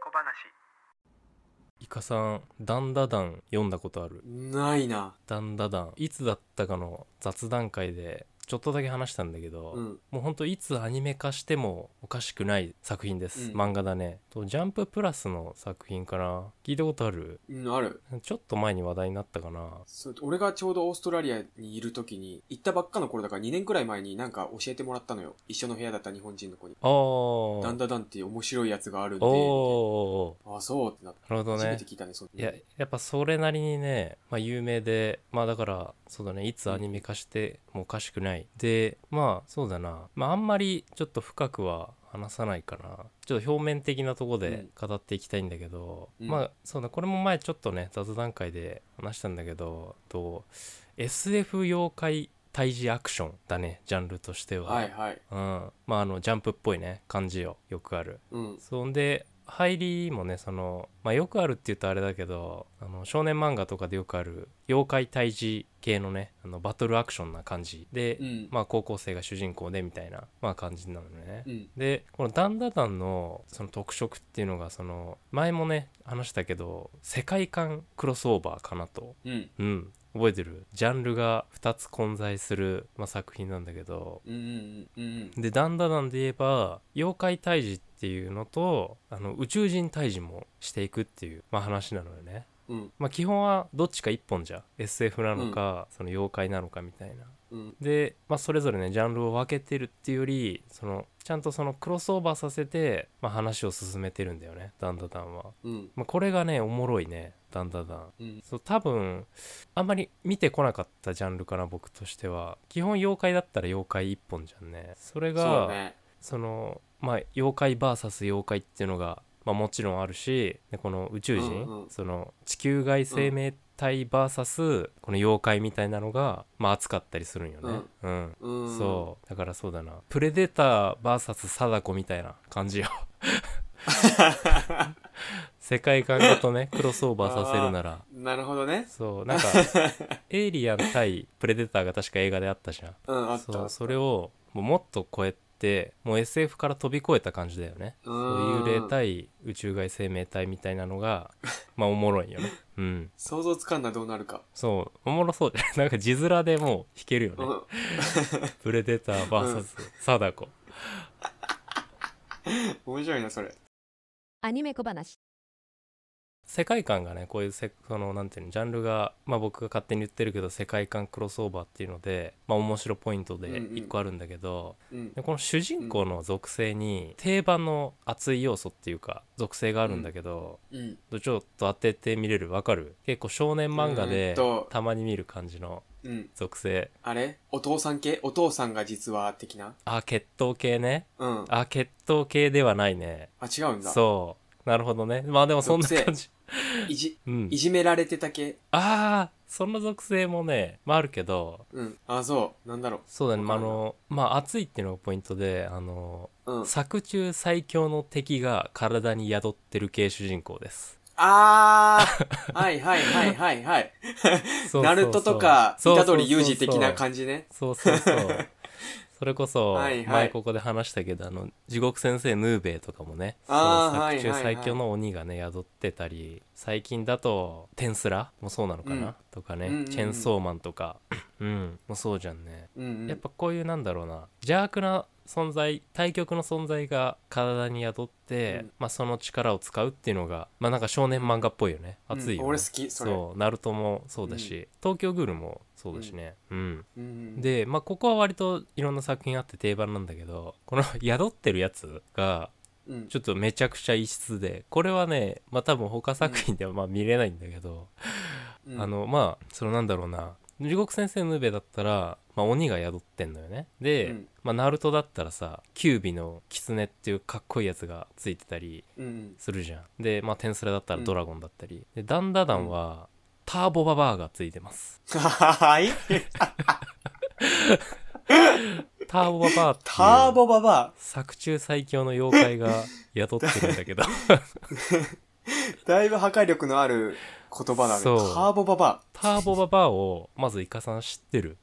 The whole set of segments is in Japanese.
小話イカさんダンダダン読んだことあるないな。ダンダダンいつだったかの雑談会でちょっとだけ話したんだけど、うん。もうほんといつアニメ化してもおかしくない作品です、うん漫画だねとジャンププラスの作品かな聞いたことあるうん、ある。ちょっと前に話題になったかなそう、俺がちょうどオーストラリアにいる時に、行ったばっかの頃だから2年くらい前になんか教えてもらったのよ。一緒の部屋だった日本人の子に。あーダンダダンっていう面白いやつがあるんで。おーあ、そうってなって。なるほど初めねて聞いたね、そのいややっぱそれなりにね、まあ、有名でまあだからそうだねいつアニメ化してもおかしくないでまあそうだな、まあ、あんまりちょっと深くは話さないかなちょっと表面的なとこで語っていきたいんだけど、うんまあそうだこれも前ちょっとね雑談会で話したんだけどと SF 妖怪退治アクションだねジャンルとしては、はいはい。うん、まああのジャンプっぽいね感じよよくあるうん。そんで入りもねその、まあ、よくあるって言うとあれだけどあの少年漫画とかでよくある妖怪退治系のねあのバトルアクションな感じで、うん。まあ、高校生が主人公でみたいな、まあ、感じなのね。うん。でこの「ダンダダン」のその特色っていうのがその前もね話したけど世界観クロスオーバーかなとうん。うん覚えてるジャンルが2つ混在する、まあ、作品なんだけどうんうんうんうんでダンダダンで言えば妖怪退治っていうのとあの宇宙人退治もしていくっていう、まあ、話なのよね、うんまあ、基本はどっちか一本じゃん SF なのか、その妖怪なのかみたいなうんで、まあ、それぞれねジャンルを分けてるっていうよりそのちゃんとそのクロスオーバーさせて、まあ、話を進めてるんだよねダンダダンは、うんまあ、これがねおもろいねダンダダンうんそう多分あんまり見てこなかったジャンルかな僕としては基本妖怪だったら妖怪一本じゃんねそれそうがだねそのまあ妖怪 VS 妖怪っていうのが、まあ、もちろんあるしでこの宇宙人、うんうんその地球外生命体 VS この妖怪みたいなのが、まあ、熱かったりするんよね、うんうんそうだからそうだなプレデター VS 貞子みたいな感じよ 世界観ごとねクロスオーバーさせるならうなるほどねそう なんかエイリアン対プレデターが確か映画であったじゃんうんあったそうそれをもうもっと超えてもう SF から飛び越えた感じだよねうん幽霊対宇宙外生命体みたいなの がまあおもろいよねうん想像つかんなどうなるかそうおもろそうじゃん なんか字面でもう弾けるようねんプレデター VS 貞子面白いなそれアニメ小話世界観がねこういうせそのなんていうのジャンルが、まあ、僕が勝手に言ってるけど世界観クロスオーバーっていうので、まあ、面白ポイントでうんうん1個あるんだけど、うんでこの主人公の属性に定番の熱い要素っていうか属性があるんだけど、うんちょっと当ててみれるわかる結構少年漫画うーでんとたまに見る感じのうん属性あれお父さん系お父さんが実は的なあ血統系ねうんああ血統系ではないね違うんだそうなるほどねまあでもそんな属性感じ、いじうんい、じめられてた系ああその属性もね、まあ、あるけどうんあそうなんだろそうだね、まああわかるなのまあ熱いっていうのがポイントであのううん作中最強の敵が体に宿ってる系主人公ですあ ーはいはいはいはいはいそうそうそうナルトとかそうそう虎そうそう杖裕二的な感じねそうそう そう。それこそ、はいはい前ここで話したけど、あの、地獄先生ヌーベイとかもね、そあーのはい作中はいはい最強の鬼がね、宿ってたり、最近だと、テンスラもそうなのかな、うんとかね、うんうんうんチェーンソーマンと か、うん、もそうじゃんね。うんうんやっぱこういうなんだろうな邪悪な存在対極の存在が体に宿って、うんまあ、その力を使うっていうのがまあなんか少年漫画っぽいよねうん熱いよ、ね俺好きそれそうナルトもそうだし、東京グールもそうだしねうん、うんうんでまあここは割といろんな作品あって定番なんだけどこの 宿ってるやつがうんちょっとめちゃくちゃ異質でこれはねまあ多分他作品ではまあ見れないんだけど、うんあのまあそのなんだろうな地獄先生ヌーベだったら、まあ、鬼が宿ってんのよねで、うんまあ、ナルトだったらさキュービの狐っていうかっこいいやつがついてたりうんうんするじゃんでまあテンスラだったらうんドラゴンだったり、でダンダダンはターボババアがついてます はい。ターボババアってターいうボババ作中最強の妖怪 が宿ってるんだけどア。だいぶ破壊力のある言葉だね。タそうーボババターボババアをまずイカさん知ってる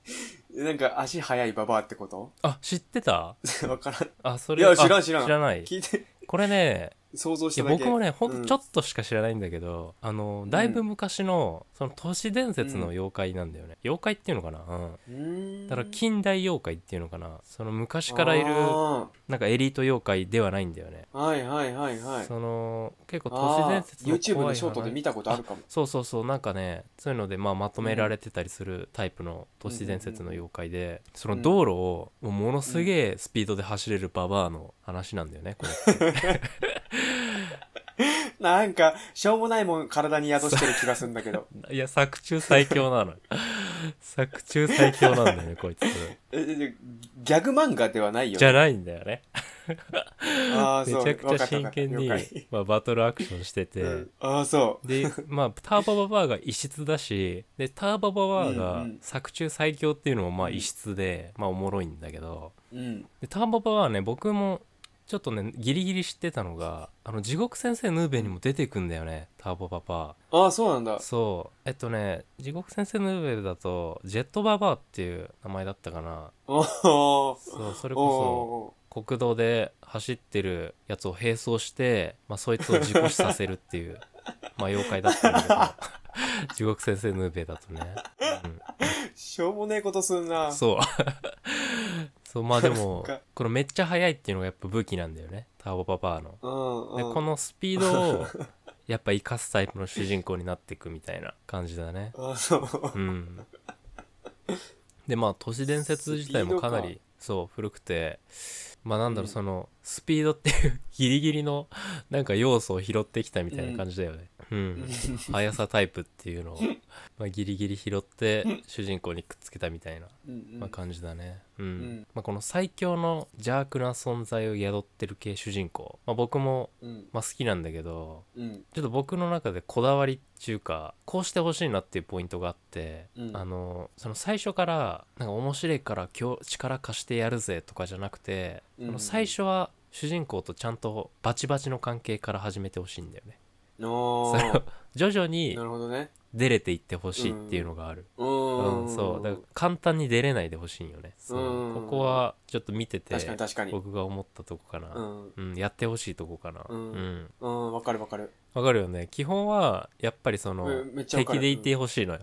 ア。なんか足速いババアってこと あ知ってたわからん。あそれいや知らんあ知らん知らない聞いて。これね想像しいやただけ僕もねほんうんとちょっとしか知らないんだけど、あのだいぶ昔のその都市伝説の妖怪なんだよね、妖怪っていうのかな、うん、うーんだから近代妖怪っていうのかなその昔からいるあなんかエリート妖怪ではないんだよね、ーはいはいはいはいその結構都市あ伝ー説の YouTube 怖のいショートで話見たことあるかも そうそうそうなんかねそういうのでまあまとめられてたりするタイプの都市伝説の妖怪でその道路をもうものすげえスピードで走れるババアの話なんだよねこれなんかしょうもないもん体に宿してる気がするんだ けどいや、作中最強なの。 作中最強なんだよね、こいつ。ええギャグ漫画ではないよじねゃないんだよね。あめーちそうゃくちゃ真剣にわかったわかった了解、まあ、バトルアクションしてて、うんああそで、まあ、ターボババアが異質だし、で、ターボババアうがんうん作中最強っていうのもまあ異質で、まあおもろいんだけど、ううんで、ターボババアはね、僕もちょっとね、ギリギリ知ってたのが、あの、地獄先生ヌーベにも出てくんだよね、ターボババア。ああそうなんだそうえっとね地獄先生のウェブだとジェットババアっていう名前だったかなおーそうそれこおそ国道で走ってるやつを並走して、まあ、そいつを事故死させるっていう まあ妖怪だったんだ けど地獄先生ヌーベだとね、ーしょうもねえことすんう、なん そうそうまあでそもっかこのめっちゃ速いっていうのがやっぱ武器なんだよねターボパパーのうんうんでこのスピードをやっぱ生かすタイプの主人公になっていくみたいな感じだねあーそううん、でまあ都市伝説自体もかなスピーりそう古くてまあなんだろう、うんそのスピードっていう ギリギリのなんか要素を拾ってきたみたいな感じだよねうん、速さタイプっていうのを、まあ、ギリギリ拾って主人公にくっつけたみたいな、うんうんまあ、感じだねうん、んまあ、この最強の邪悪な存在を宿ってる系主人公、まあ、僕も、うんまあ、好きなんだけどうんちょっと僕の中でこだわりっていうかこうしてほしいなっていうポイントがあって、うんあのその最初からなんか面白いから今日力貸してやるぜとかじゃなくて、うんあの最初は主人公とちゃんとバチバチの関係から始めてほしいんだよね。おそれーを徐々になるほどね出れていってほしいっていうのがある、ううんんそうだから簡単に出れないでほしいんよね、そううんここはちょっと見てて確かに確かに僕が思ったとこかな、うんうんやってほしいとこかな、うんうん、うんわかるわかるわかるよね基本はやっぱりそのうんめっちゃわかる敵でいてほしいのよ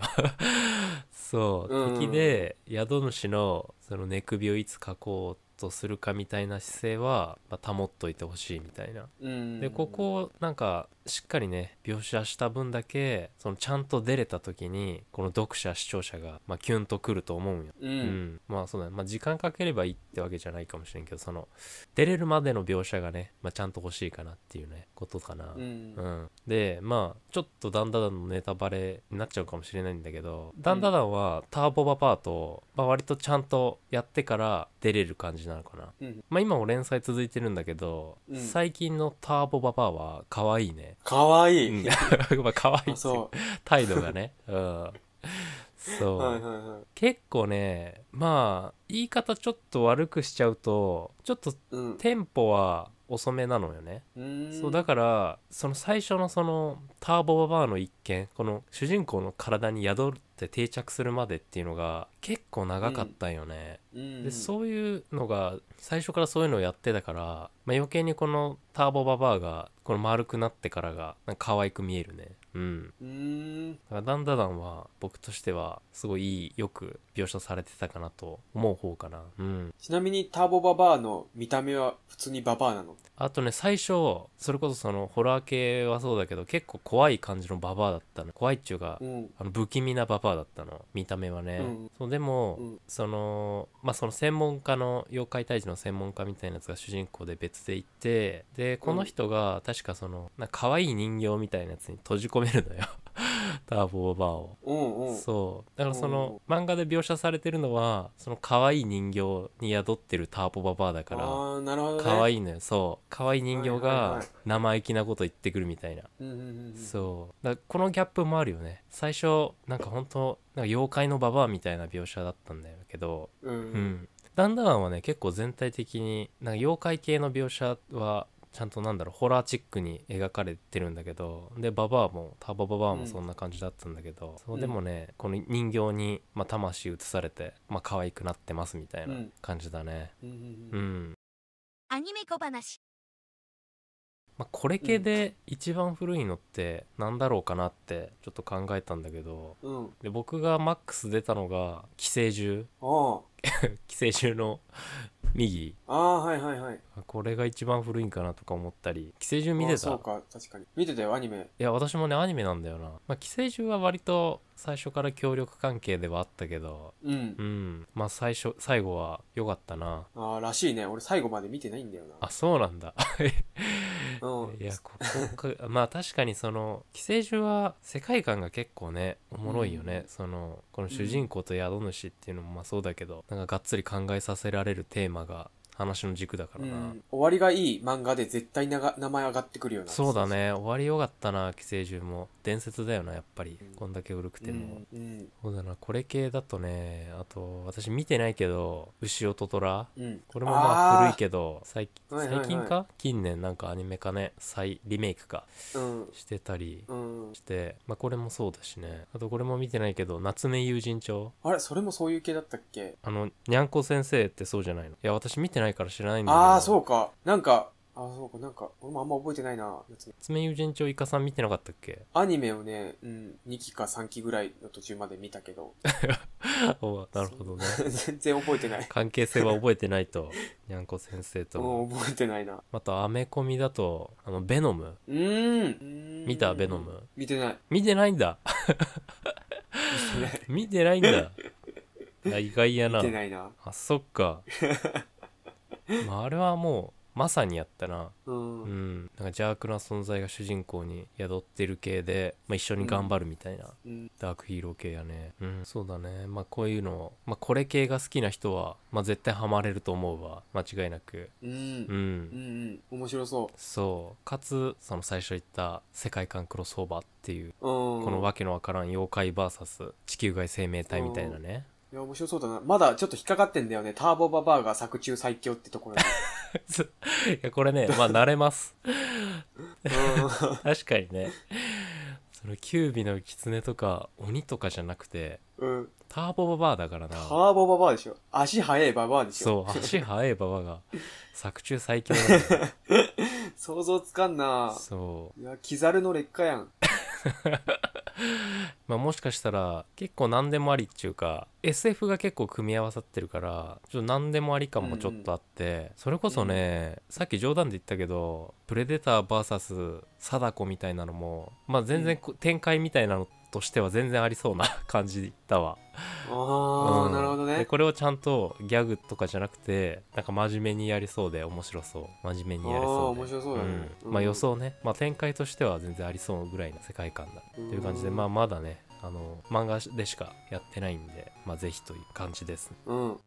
そう、うん敵で宿主のその寝首をいつかこうとするかみたいな姿勢は、まあ、保っといてほしいみたいなうんでここをなんかしっかりね描写した分だけそのちゃんと出れた時にこの読者視聴者が、まあ、キュンとくると思うんよううんん、まあそうだね、まあ、時間かければいいってわけじゃないかもしれんけどその出れるまでの描写がね、まあ、ちゃんと欲しいかなっていうねことかな、うんうん、でまあちょっとダンダダンのネタバレになっちゃうかもしれないんだけど、ダンダダンはターボバパート、まあ、割とちゃんとやってから出れる感じなのかな、うんまあ今も連載続いてるんだけど、うん最近のターボバパーは可愛いね、かわういん い、まあ可愛いっていあうそう態度がね、うん、 そう、はいはいはい結構ねまあ言い方ちょっと悪くしちゃうとちょっとうんテンポは遅めなのよね、うんそうだからその最初のそのターボババアの一件この主人公の体に宿って定着するまでっていうのが結構長かったんよね、うんでそういうのが最初からそういうのをやってたから、まあ、余計にこのターボババアがこの丸くなってからがなんか可愛く見えるねうんうんだからダンダダンは僕としてはすごいいいよく描写されてたかなと思う方かなうんちなみにターボババアの見た目は普通にババアなのあとね最初それこそそのホラー系はそうだけど結構怖い感じのババアだったの怖いっちゅうか、うんあの不気味なババアだったの見た目はね、うんそうでも、うんそのまあその専門家の妖怪退治の専門家みたいなやつが主人公で別でいてでこの人が確かそのなんか可愛い人形みたいなやつに閉じ込めるのよ ターボババアをうんうんそうだからその漫画で描写されてるのはその可愛い人形に宿ってるターポババアだからああなるほどね可い愛いのよそう可愛い人形はいはいはがい生意気なこと言ってくるみたいなうんうんうんそうだからこのギャップもあるよね最初なんか本当なんか妖怪のババアみたいな描写だったんだけどうんううんんダンダダンはね結構全体的になんか妖怪系の描写はちゃんとなんだろうホラーチックに描かれてるんだけどでババアもターボババアもそんな感じだったんだけど、そうでもねこの人形に、まあ、魂移されて、まあ可愛くなってますみたいなうん感じだねうんうんうん、アニメ小話。まあ、これ系で一番古いのってなんだろうかなってちょっと考えたんだけどうん。あで僕がマックス出たのが寄生獣あ。寄生獣の 右ああ、はいはいはい。これが一番古いんかなとか思ったり寄生獣見ああてそたうか、確かに。見てたよ、アニメ。いや私もねアニメなんだよな、まあ、寄生獣は割と最初から協力関係ではあったけどうんう。んまあ最初最後は良かったなああ、らしいね。俺最後まで見てないんだよなあ。そうなんだうん。いやこ こかまあ確かにその寄生獣は世界観が結構ねおもろいよね、うんそのこの主人公と宿主っていうのもまあそうだけどなんかがっつり考えさせられるテーマが話の軸だかうらな、ん、終わりがいい漫画で絶対なが名前上がってくるようなそうだね終わりよかったな寄生獣も伝説だよなやっぱりうんこんだけ古くても、うん、うんそうだなこれ系だとねあと私見てないけど牛音虎うん、これもまあ古いどけど最近はいはいはい最近か近年なんかアニメ化ね再リメイクかうんしてたりうん、して、まあ、これもそうだしねあとこれも見てないけど「夏目友人帳あれそれもそういう系だったっけ」あのにゃんこ先生ってそうじゃないのいや私見てないから知らないんだけどああそうかなんかああそうかなんか俺もあんま覚えてないなやつ夏目友人帳イカさん見てなかったっ けアニメをね、うん、2期か3期ぐらいの途中まで見た けどおなるほどね全然覚えてない関係性は覚えてない とにゃんこ先生ともう覚えてないなまたアメコミだと「あのベノムうーん見たベノム見て ない」見てないんだ見てない見てないんだ いや意外や見なてないなあそっ かまああれはもうまさにやったなうん、ううんん、なんか邪悪な存在が主人公に宿ってる系で、まあ、一緒に頑張るみたいな、ダークヒーロー系やねうんそうだねまあこういうの、まあ、これ系が好きな人は、まあ、絶対ハマれると思うわ間違いなくうんうん、うんうん面白そそうかつその最初言った世界観クロスオーバーっていう、う、うん、このわけのわからん妖怪 VS 地球外生命体みたいなね、いや面白そうだなまだちょっと引っかかってんだよねターボババアが作中最強ってとこ ろにいやこれねまあ慣れます うん確かにねそのキュービの狐とか鬼とかじゃなくてうん、ターボババアだからなターボババアでしょ足速いババアでしょそう足速いババアが作中最強なんだよ想像つかんなそう、いやキザルの劣化やんまあ、もしかしたら結構何でもありっていうか SF が結構組み合わさってるからちょっと何でもあり感もちょっとあって、それこそね、さっき冗談で言ったけど「プレデター VS 貞子」みたいなのも、まあ、全然こ展開みたいなのとしては全然ありそうな 感じだわああ、うんなるほどでねこれをちゃんとギャグとかじゃなくてなんか真面目にやりそうで面白そう真面目にやりそうであー面白そうだねんうんまあ予想ね、まあ、展開としては全然ありそうぐらいの世界観だとうんいう感じで、まあ、まだねあの漫画でしかやってないんで、まあ、ぜひという感じですうん